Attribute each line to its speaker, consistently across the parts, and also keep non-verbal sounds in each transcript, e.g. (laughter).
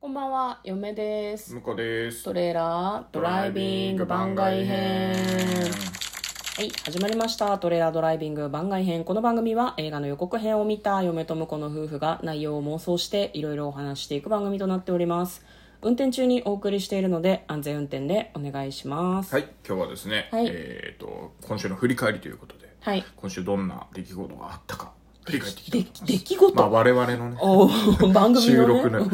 Speaker 1: こんばんは、嫁です。
Speaker 2: 向こうです
Speaker 1: トレーラードライビング番外編。はい、始まりました。トレーラードライビング番外編。この番組は映画の予告編を見た嫁と婿の夫婦が内容を妄想していろいろお話していく番組となっております。運転中にお送りしているので安全運転でお願いします。
Speaker 2: はい今日はですね、
Speaker 1: はい
Speaker 2: えっ、と今週の振り返りということで
Speaker 1: はい。
Speaker 2: 今週どんな出来事があったか振り返っていきた
Speaker 1: で
Speaker 2: いと思い
Speaker 1: 出
Speaker 2: ます
Speaker 1: 来事、
Speaker 2: まあ我々のね
Speaker 1: お (laughs) ー番組
Speaker 2: 収
Speaker 1: の
Speaker 2: 録
Speaker 1: ね
Speaker 2: の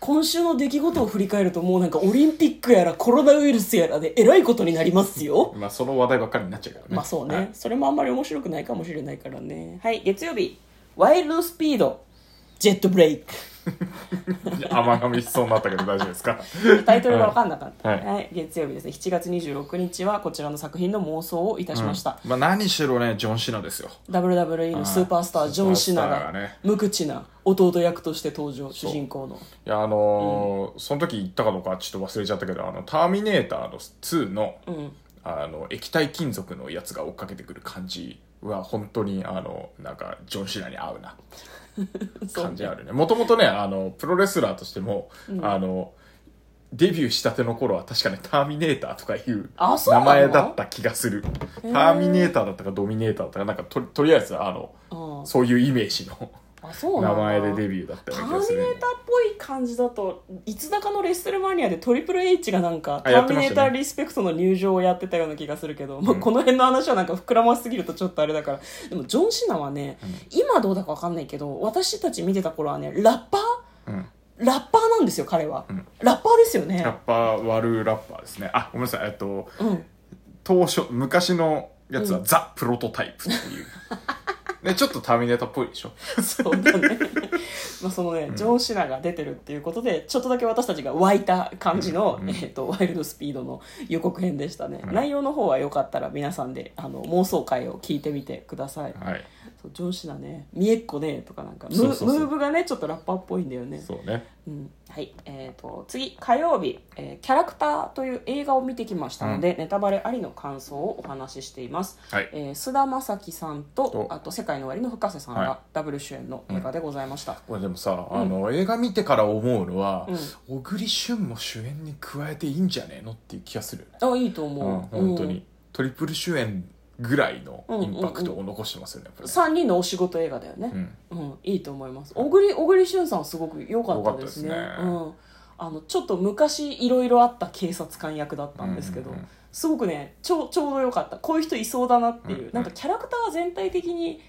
Speaker 1: 今週の出来事を振り返るともうなんかオリンピックやらコロナウイルスやらでえらいことになりますよ
Speaker 2: (laughs) まあその話題ばっかりになっちゃうからね
Speaker 1: まあそうね、
Speaker 2: (laughs) はい
Speaker 1: それもあんまり面白くないかもしれないからねはい月曜日ワイルドスピードジェットブレイ
Speaker 2: (laughs)
Speaker 1: ク
Speaker 2: 甘噛みしそうになったけど大丈夫ですか
Speaker 1: タイトルが分かんなかった、は
Speaker 2: はいい
Speaker 1: 月曜日ですね7月26日はこちらの作品の妄想をいたしました、
Speaker 2: まあ何しろねジョン・シナですよ
Speaker 1: WWE のスーパースタージョン・シナ
Speaker 2: スーパースタ
Speaker 1: が
Speaker 2: ーがね
Speaker 1: 無口な弟役として登場主人公の
Speaker 2: いやあのーその時言ったかどうかちょっと忘れちゃったけどあの「ターミネーター」の2の,、あの液体金属のやつが追っかけてくる感じは本当にあのなんかジョン・シナに合うな感じあるねもともとねあのプロレスラーとしても、あのデビューしたての頃は確かね「ターミネーター」とかいう
Speaker 1: あそうな
Speaker 2: 名
Speaker 1: の
Speaker 2: 前だった気がする「ターミネーター」だったか「ドミネーター」だったかなんかととりあえずあの
Speaker 1: うん
Speaker 2: そういうイメージの
Speaker 1: あそうな
Speaker 2: 名
Speaker 1: んだ
Speaker 2: 前でデビューだったよ
Speaker 1: タ
Speaker 2: う
Speaker 1: ー
Speaker 2: な
Speaker 1: ミ
Speaker 2: 気
Speaker 1: ネー
Speaker 2: がするね、
Speaker 1: ターっぽい感じだといつだかのレッスルマニアでトリプル H がなんかタ
Speaker 2: あや
Speaker 1: ー
Speaker 2: って
Speaker 1: ミ
Speaker 2: ま
Speaker 1: ネ
Speaker 2: したね
Speaker 1: ーターリスペクトの入場をやってたような気がするけど、まあ、この辺の話はなんか膨らますぎるとちょっとあれだからでもジョン・シナはね、今どうだか分かんないけど私たち見てた頃はねラッパー
Speaker 2: うん
Speaker 1: ラッパーなんですよ彼は、
Speaker 2: ん
Speaker 1: ラッパーですよね
Speaker 2: ラッパー、ワルーラッパーですね。あ、ごめんなさい。えっと、
Speaker 1: うん
Speaker 2: 当初、昔のやつはザ・プロトタイプって
Speaker 1: (laughs)
Speaker 2: いう。ね、ちょっとターミネーターっぽいでしょ。
Speaker 1: そうだね (laughs) まあそのね、ジョン・シナが出てるっていうことでちょっとだけ私たちが湧いた感じの、えー、とワイルドスピードの予告編でしたね、
Speaker 2: うん
Speaker 1: 内容の方はよかったら皆さんであの妄想会を聞いてみてください、
Speaker 2: はい。
Speaker 1: そうジョン・シナね「見えっこね」とかなんかム
Speaker 2: そうそうそう
Speaker 1: ムーブがねちょっとラッパーっぽいんだよね
Speaker 2: そうね。
Speaker 1: うんはいえー、と次火曜日、えーキャラクター」という映画を見てきましたので、ネタバレありの感想をお話ししています、
Speaker 2: はい。
Speaker 1: えー菅田将暉さんと
Speaker 2: お
Speaker 1: あと「世界の終わり」の深瀬さんが
Speaker 2: は
Speaker 1: ダブル主演の映画でございました、
Speaker 2: これでもさ、あの、映画見てから思うのは、小栗旬も主演に加えていいんじゃねえのっていう気がするよね。
Speaker 1: あいいと思う、
Speaker 2: うん、本当に。トリプル主演ぐらいのインパクトを残してますよね、やっぱ
Speaker 1: うん
Speaker 2: りね
Speaker 1: 3人のお仕事映画だよね、
Speaker 2: うん。
Speaker 1: うん、いいと思います小栗小栗旬さんはすごく良かったですね
Speaker 2: 良かったです
Speaker 1: う
Speaker 2: ね
Speaker 1: ん、あのちょっと昔いろいろあった警察官役だったんですけど、
Speaker 2: うんうんうん
Speaker 1: すごくねちょうちょうど良かったこういう人いそうだなっていう、
Speaker 2: うんうん
Speaker 1: なんかキャラクターは全体的に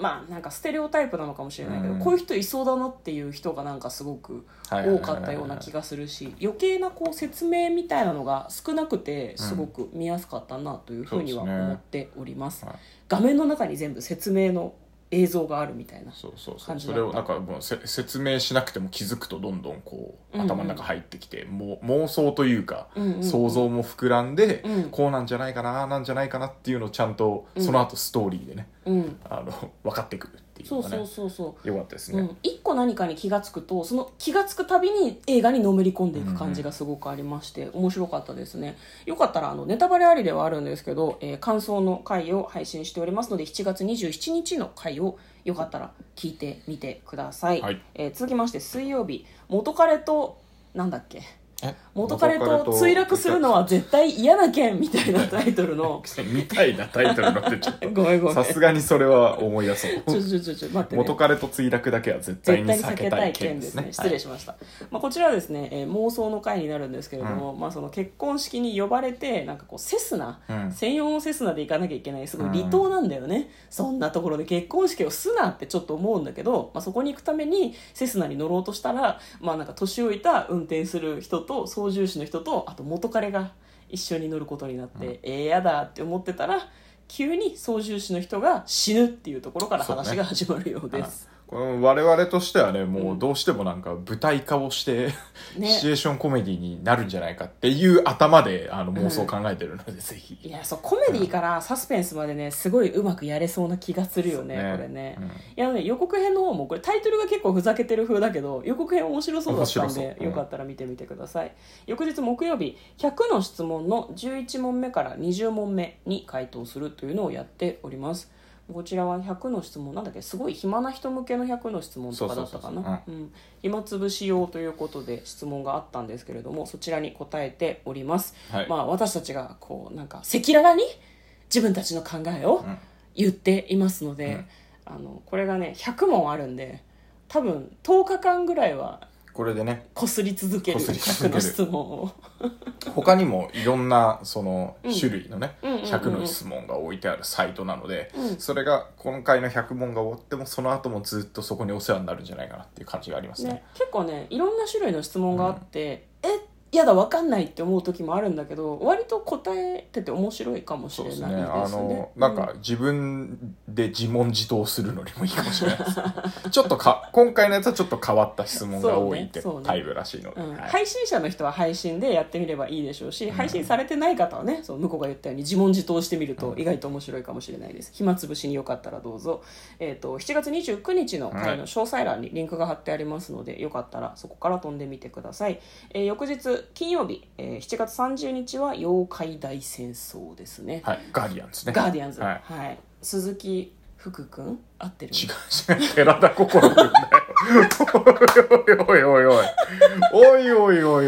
Speaker 1: まあなんかステレオタイプなのかもしれないけど、
Speaker 2: うん
Speaker 1: こういう人いそうだなっていう人がなんかすごく
Speaker 2: はいはいはい
Speaker 1: 多
Speaker 2: はい
Speaker 1: かったような気がするし余計なこう説明みたいなのが少なくてすごく見やすかったなというふうには
Speaker 2: そうですね
Speaker 1: 思っております、
Speaker 2: はい
Speaker 1: 画面の中に全部説明の映像があるみたいな
Speaker 2: そうそうそ
Speaker 1: 感
Speaker 2: う
Speaker 1: じだ
Speaker 2: そ
Speaker 1: った
Speaker 2: れをなんかもうせ説明しなくても気づくとどんどんこ
Speaker 1: う
Speaker 2: う
Speaker 1: んうん
Speaker 2: 頭の中入ってきて、もう妄想というか、
Speaker 1: うんうん
Speaker 2: 想像も膨らんで、
Speaker 1: うん
Speaker 2: こうなんじゃないかなああなんじゃないかなっていうのをちゃんと
Speaker 1: ん
Speaker 2: その後ストーリーでね、
Speaker 1: うん
Speaker 2: あの分かってくるっていう
Speaker 1: そ
Speaker 2: の
Speaker 1: う
Speaker 2: が
Speaker 1: そう
Speaker 2: ね
Speaker 1: そうそう
Speaker 2: よかったです
Speaker 1: う
Speaker 2: ね、
Speaker 1: ん、一個何かに気が付くとその気が付くたびに映画にのめり込んでいく感じがすごくありまして、面白かったですねよかったらあのネタバレありではあるんですけど、えー感想の回を配信しておりますので7月27日の回をよかったら聞いてみてください、
Speaker 2: はい
Speaker 1: えー続きまして水曜日元彼となんだっけ
Speaker 2: え
Speaker 1: 元彼と墜落するのは絶対嫌な件みたいなタイトルの
Speaker 2: みたいなタイトルになってちょ
Speaker 1: (laughs)
Speaker 2: っ
Speaker 1: ごめんごめ
Speaker 2: と
Speaker 1: ん
Speaker 2: さすがにそれは思い出そ
Speaker 1: (laughs) ちょ
Speaker 2: う
Speaker 1: ちょちょちょ待って、ね、
Speaker 2: 元彼と墜落だけは絶対
Speaker 1: 絶
Speaker 2: に
Speaker 1: 対に
Speaker 2: 避
Speaker 1: 避
Speaker 2: け
Speaker 1: け
Speaker 2: た
Speaker 1: た
Speaker 2: い
Speaker 1: い
Speaker 2: 件
Speaker 1: 件
Speaker 2: で
Speaker 1: ですす
Speaker 2: ね
Speaker 1: ね失礼しました、まあ、こちらはですね、えー妄想の回になるんですけれども、まあ、その結婚式に呼ばれてなんかこうセスナ、
Speaker 2: うん
Speaker 1: 専用のセスナで行かなきゃいけないすごい
Speaker 2: うん
Speaker 1: 離島なんだよね、そんなところで結婚式をすなってちょっと思うんだけど、まあ、そこに行くためにセスナに乗ろうとしたら、まあ、なんか年老いた運転する人と操縦士の人とあと元彼が一緒に乗ることになって、
Speaker 2: うん
Speaker 1: ええやだって思ってたら急に操縦士の人が死ぬっていうところから
Speaker 2: そう
Speaker 1: 話
Speaker 2: ね
Speaker 1: が始まるようです。
Speaker 2: この我々としてはねもうどうしてもなんか舞台化をして、
Speaker 1: ね
Speaker 2: シチュエーションコメディになるんじゃないかっていう頭であの妄想を考えてるので、ぜ
Speaker 1: い
Speaker 2: ひ
Speaker 1: やそうコメディからサスペンスまでねすごいうまくやれそうな気がするよねこれね、
Speaker 2: うん
Speaker 1: いやね予告編の方もこれタイトルが結構ふざけてる風だけど予告編面白そうだったん
Speaker 2: 面白
Speaker 1: で、
Speaker 2: そううん
Speaker 1: よかったら見てみてください翌日木曜日100の質問の11問目から20問目に回答するというのをやっておりますこちらは100の質問なんだっけすごい暇な人向けの100の質問とかだったか
Speaker 2: そうそう
Speaker 1: なうん暇つぶし用ということで質問があったんですけれどもそちらに答えております、
Speaker 2: はい
Speaker 1: まあ私たちがこうなんか赤裸々に自分たちの考えを
Speaker 2: うん
Speaker 1: 言っていますので、
Speaker 2: うん
Speaker 1: あのこれがね100問あるんで多分10日間ぐらいは
Speaker 2: これでね
Speaker 1: こすり続ける
Speaker 2: こすり続け
Speaker 1: 100
Speaker 2: る
Speaker 1: の質問を
Speaker 2: 他にもいろんなその種類のね、
Speaker 1: うんうんうんうん
Speaker 2: 100の質問が置いてあるサイトなので、
Speaker 1: うん
Speaker 2: それが今回の100問が終わってもその後もずっとそこにお世話になるんじゃないかなっていう感じがありますね
Speaker 1: ね、結構ねいろんな種類の質問があって、えやだわかんないって思う時もあるんだけど割と答えてて面白いかもし
Speaker 2: そう
Speaker 1: れ
Speaker 2: で
Speaker 1: ない
Speaker 2: す
Speaker 1: です
Speaker 2: ね
Speaker 1: ね
Speaker 2: あのなんか自分で自問自答するのにもいいかもしれないですねちょっとか今回のやつはちょっと変わった質問が多いって
Speaker 1: そうねそうね
Speaker 2: タイプらしいので、
Speaker 1: うんうん
Speaker 2: はい
Speaker 1: 配信者の人は配信でやってみればいいでしょうし
Speaker 2: ん
Speaker 1: 配信されてない方はねその向こうが言ったように自問自答してみると意外と面白いかもしれないです暇つぶしによかったらどうぞ、えー、と7月29日の回の詳細欄にリンクが貼ってありますのでよかったらそこから飛んでみてください、えー翌日金曜日、えー7月30日は妖怪大戦争ですね
Speaker 2: はいガーディアンですね
Speaker 1: ガーディアンズ、
Speaker 2: は
Speaker 1: はいい鈴木福君合ってる
Speaker 2: 違う違う寺田心くんだよおいおいおいおいおいおいおいおい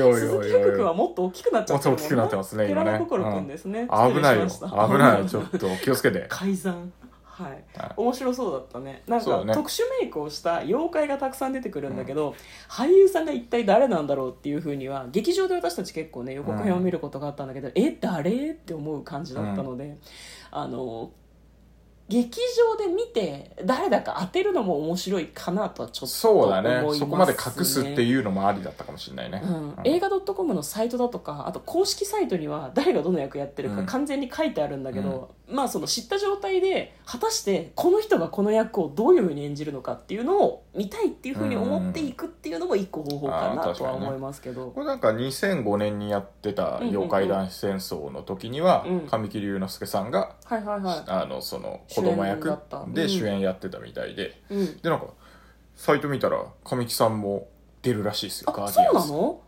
Speaker 2: おいおい
Speaker 1: 鈴木福君はもっと大きくなっちゃってるもん
Speaker 2: もっと大きくなってますね今
Speaker 1: 寺
Speaker 2: ね
Speaker 1: 田心君ですね、
Speaker 2: 危ない
Speaker 1: 失礼し
Speaker 2: よ
Speaker 1: ました
Speaker 2: 危
Speaker 1: (laughs)
Speaker 2: ないよちょっと気をつけて
Speaker 1: 改ざんはい
Speaker 2: はい
Speaker 1: 面白そうだったねなん
Speaker 2: そう
Speaker 1: か、
Speaker 2: だね
Speaker 1: 特殊メイクをした妖怪がたくさん出てくるんだけど、俳優さんが一体誰なんだろうっていうふうには劇場で私たち結構ね予告編を見ることがあったんだけど、え誰って思う感じだったので、あの劇場で見て誰だか当てるのも面白いかなとはちょっと
Speaker 2: そうだね
Speaker 1: 思いす
Speaker 2: そこまで隠すっていうのもありだったかもしれないね、
Speaker 1: うん
Speaker 2: う、ん
Speaker 1: 映画 .com のサイトだとかあと公式サイトには誰がどの役やってる
Speaker 2: う
Speaker 1: か
Speaker 2: ん
Speaker 1: 完全に書いてあるんだけど、まあその知った状態で果たしてこの人がこの役をどういうふうに演じるのかっていうのを見たいっていうふうに思っていくっていうのも一個方法か
Speaker 2: あー
Speaker 1: な
Speaker 2: 確
Speaker 1: と
Speaker 2: か
Speaker 1: は
Speaker 2: にね
Speaker 1: 思いますけど、
Speaker 2: これなんか2005年にやってた「妖怪男子戦争」の時には、
Speaker 1: うん
Speaker 2: 神木隆之介さんが、
Speaker 1: はいはいは
Speaker 2: あのその子供役で
Speaker 1: 主
Speaker 2: 主
Speaker 1: 演
Speaker 2: 演やってたみたいで、
Speaker 1: い、うん、
Speaker 2: でなんかサイト見たら神木さんも出るらしいですよ
Speaker 1: あそうな
Speaker 2: ズ
Speaker 1: の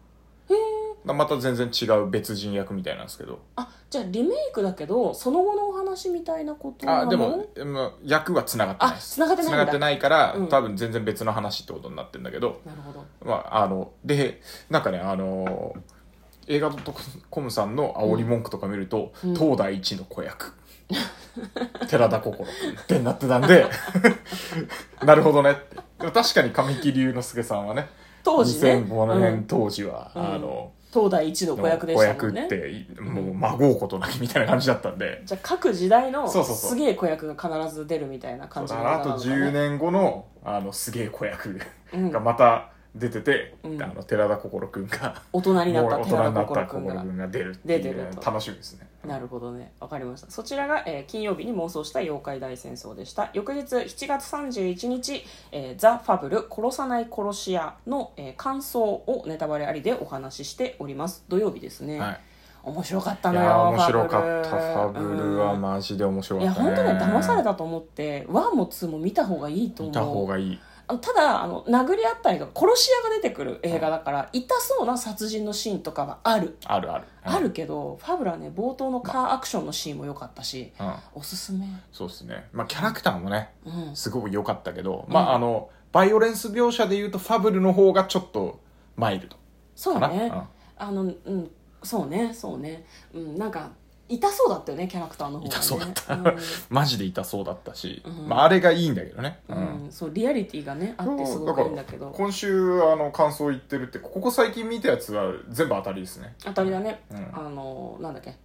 Speaker 2: また全然違う別人役みたいなんですけど
Speaker 1: あじゃあリメイクだけどその後のお話みたいなことなの
Speaker 2: あでもまあ役はつながってない
Speaker 1: あ
Speaker 2: です
Speaker 1: 繋がってないん
Speaker 2: 繋
Speaker 1: だ
Speaker 2: がってないから、
Speaker 1: うん
Speaker 2: 多分全然別の話ってことになってるんだけど、
Speaker 1: なるほど
Speaker 2: まあ、あのでなんかねあの映画ドットコムさんの煽り文句とか見ると、
Speaker 1: うん
Speaker 2: 東大一の子役 (laughs) 寺田心君ってなってたんで (laughs) なるほどねってでも確かに神木隆之介さんはね
Speaker 1: 当時ね
Speaker 2: 2005
Speaker 1: う
Speaker 2: 年
Speaker 1: ん
Speaker 2: 当時は、
Speaker 1: うん
Speaker 2: あの
Speaker 1: 東大一の子役でしたもん
Speaker 2: 子
Speaker 1: ね
Speaker 2: 役ってもうまごうことなきみたいな感じだったんで、
Speaker 1: じゃあ各時代の
Speaker 2: そうそうそう
Speaker 1: すげえ子役が必ず出るみたいな感じ
Speaker 2: そう
Speaker 1: の
Speaker 2: だからあと
Speaker 1: 映画なのか
Speaker 2: 10
Speaker 1: ね
Speaker 2: 年後のあのすげえ子役
Speaker 1: うん
Speaker 2: がまた出てて、
Speaker 1: うん
Speaker 2: あの寺田心君が。
Speaker 1: 大人にな
Speaker 2: も
Speaker 1: っ
Speaker 2: う
Speaker 1: た
Speaker 2: 大
Speaker 1: 寺
Speaker 2: 人
Speaker 1: 田
Speaker 2: になった
Speaker 1: 心
Speaker 2: 心
Speaker 1: 君が
Speaker 2: 君が出るってい
Speaker 1: 出て
Speaker 2: う
Speaker 1: ると
Speaker 2: 楽しみですね
Speaker 1: なるほどねわかりましたそちらが、えー金曜日に妄想した妖怪大戦争でした翌日7月31日「えーザ・ファブル殺さない殺し屋の」えー感想をネタバレありでお話ししております土曜日ですね、
Speaker 2: はい
Speaker 1: 面白かった
Speaker 2: い
Speaker 1: な
Speaker 2: やー面白かったファブルは
Speaker 1: うん
Speaker 2: マジで面白
Speaker 1: い
Speaker 2: か
Speaker 1: や
Speaker 2: ったね
Speaker 1: 本当ね騙されたと思って1も2も見た方がいいと思
Speaker 2: 見
Speaker 1: う
Speaker 2: た方がいい
Speaker 1: あのただあの殴り合ったりとか殺し屋が出てくる映画だから、痛そうな殺人のシーンとかはある、
Speaker 2: あるある
Speaker 1: あるけどファブラね冒頭のカーアクションのシーンも良かったし
Speaker 2: うんうん
Speaker 1: おすすめ
Speaker 2: そうですねまあキャラクターもね
Speaker 1: うん
Speaker 2: すごく良かったけど
Speaker 1: うん
Speaker 2: まああのバイオレンス描写でいうとファブルの方がちょっとマイルド
Speaker 1: そう
Speaker 2: かな
Speaker 1: ね
Speaker 2: うん
Speaker 1: あのうんそうねそうねうんなんか痛そうだったよねキャラクターの方が、ね、
Speaker 2: 痛そうだった
Speaker 1: うん、
Speaker 2: マジで痛そうだったし
Speaker 1: うん
Speaker 2: まああれがいいんだけどねう
Speaker 1: うんんそうリアリティがねあってすごくいいんだけ
Speaker 2: そう
Speaker 1: ど
Speaker 2: から今週あの感想言ってるってここ最近見たやつは全部当たりですね
Speaker 1: 当たりだね、
Speaker 2: うん
Speaker 1: あのなんだっけ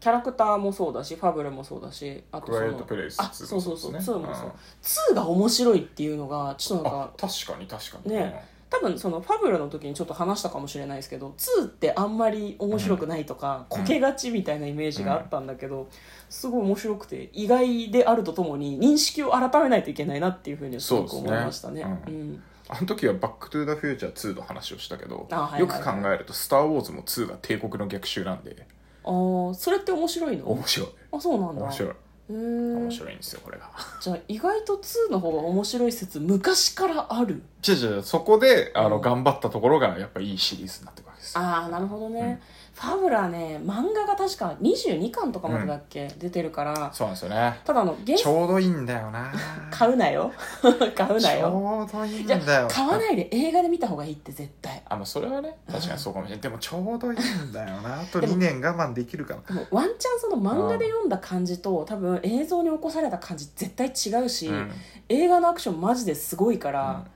Speaker 1: キャラクターもそうだしファブルもそうだしあと
Speaker 2: クワ
Speaker 1: そ
Speaker 2: イエット
Speaker 1: の
Speaker 2: プレイス
Speaker 1: あそうそうそう2もそう
Speaker 2: うん
Speaker 1: 2が面白いっていうのがちょっとなん
Speaker 2: あ
Speaker 1: か
Speaker 2: 確かに確かに
Speaker 1: ね多分そのファブルの時にちょっと話したかもしれないですけど2ってあんまり面白くないとか、
Speaker 2: うん
Speaker 1: こけがちみたいなイメージがあったんだけど、すごい面白くて意外であるとともに認識を改めないといけないなっていうふうにすごく
Speaker 2: そう
Speaker 1: 思い
Speaker 2: ですね
Speaker 1: ましたね。
Speaker 2: う
Speaker 1: うん
Speaker 2: あの時は「バック・トゥ・ザ・フューチャー2」の話をしたけど、
Speaker 1: あはいはい
Speaker 2: よく考えると「スター・ウォーズ」も2が帝国の逆襲なんで
Speaker 1: あーそれって面白いの
Speaker 2: 面白い
Speaker 1: あそうなんだ
Speaker 2: 面白い
Speaker 1: へー
Speaker 2: 面白いんですよこれが
Speaker 1: じゃあ意外と2の方が面白い説昔からある
Speaker 2: 違う違うそこであの、
Speaker 1: うん
Speaker 2: 頑張ったところがやっぱいいシリーズになってくわけです
Speaker 1: ああなるほどね、ファブラね漫画が確か22巻とかまでだっけ、出てるから
Speaker 2: そうなんですよね
Speaker 1: ただあの原
Speaker 2: ちょうどいいんだよな
Speaker 1: 買うなよ (laughs) 買うな
Speaker 2: ち
Speaker 1: よ
Speaker 2: ょうどいいん
Speaker 1: じゃ
Speaker 2: だよ
Speaker 1: 買わないで映画で見た方がいいって絶対
Speaker 2: あまあそれはね確かにそうかもしれないでもちょうどいいんだよ
Speaker 1: (laughs)
Speaker 2: なあと2年我慢できるかな
Speaker 1: でもワンチャンその漫画で読んだ感じと多分映像に起こされた感じ絶対違うし、
Speaker 2: うん
Speaker 1: 映画のアクションマジですごいか
Speaker 2: う
Speaker 1: ら
Speaker 2: ん、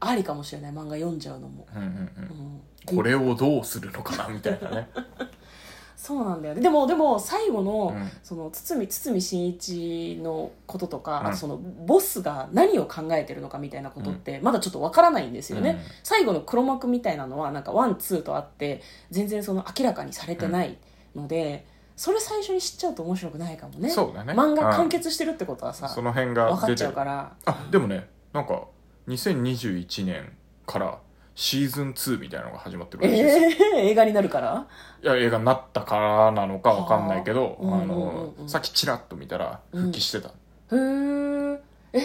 Speaker 1: ありかもしれない漫画読んじゃうのも、
Speaker 2: うんうん
Speaker 1: う
Speaker 2: うん
Speaker 1: ん、
Speaker 2: これをどうするのかなみたいなね
Speaker 1: そうなんだよねでもでも最後の,、
Speaker 2: うん
Speaker 1: (laughs) その堤堤真一のこととか、
Speaker 2: うん
Speaker 1: あとそのボスが何を考えてるのかみたいなことってまだちょっとわからないんですよね、
Speaker 2: うん
Speaker 1: 最後の黒幕みたいなのはなんかワンツーとあって全然その明らかにされてないので、それ最初に知っちゃうと面白くないかもね
Speaker 2: そうだね
Speaker 1: 漫画
Speaker 2: うん
Speaker 1: 完結してるってことはさ、
Speaker 2: その辺
Speaker 1: 分
Speaker 2: が
Speaker 1: かっ
Speaker 2: 出
Speaker 1: ち
Speaker 2: て
Speaker 1: ゃう
Speaker 2: る
Speaker 1: から
Speaker 2: あでもねなんか2021年からシーズン2みたいなのが始まってる
Speaker 1: え
Speaker 2: らしいです、
Speaker 1: ー映画になるから
Speaker 2: いや映画になったからなのかわかんないけど、
Speaker 1: はあ
Speaker 2: あの
Speaker 1: うんうんうん
Speaker 2: さっきチラッと見たら復帰してた、
Speaker 1: へーえー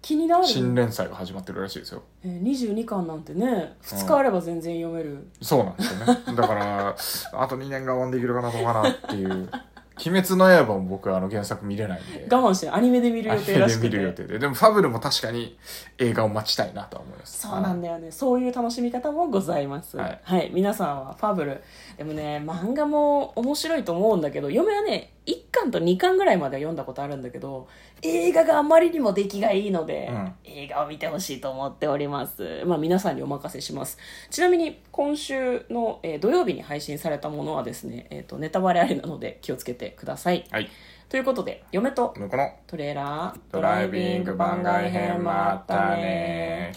Speaker 1: 気になる
Speaker 2: 新連載が始まってるらしいですよ
Speaker 1: えー22巻なんてね2日あれば全然読める、
Speaker 2: そうなんですよねだからあと2年我慢できるかなどうかなっていう「鬼滅の刃」も僕あの原作見れないんで
Speaker 1: 我慢してアニメで見る予定らしく
Speaker 2: アニメで見る予
Speaker 1: て
Speaker 2: 定ででも「ファブル」も確かに映画を待ちたいなとは思います
Speaker 1: そうなんだよねそういう楽しみ方もございますは
Speaker 2: はいい、
Speaker 1: 皆さんは「ファブル」でもね漫画も面白いと思うんだけど嫁はね1巻と2巻ぐらいまでは読んだことあるんだけど映画があまりにも出来がいいので、
Speaker 2: うん
Speaker 1: 映画を見てほしいと思っておりますまあ皆さんにお任せしますちなみに今週の、えー土曜日に配信されたものはですね、えー、とネタバレありなので気をつけてください
Speaker 2: はい
Speaker 1: ということで嫁と
Speaker 2: 向こうの
Speaker 1: トレーラード
Speaker 2: ドライビング番外編もあったね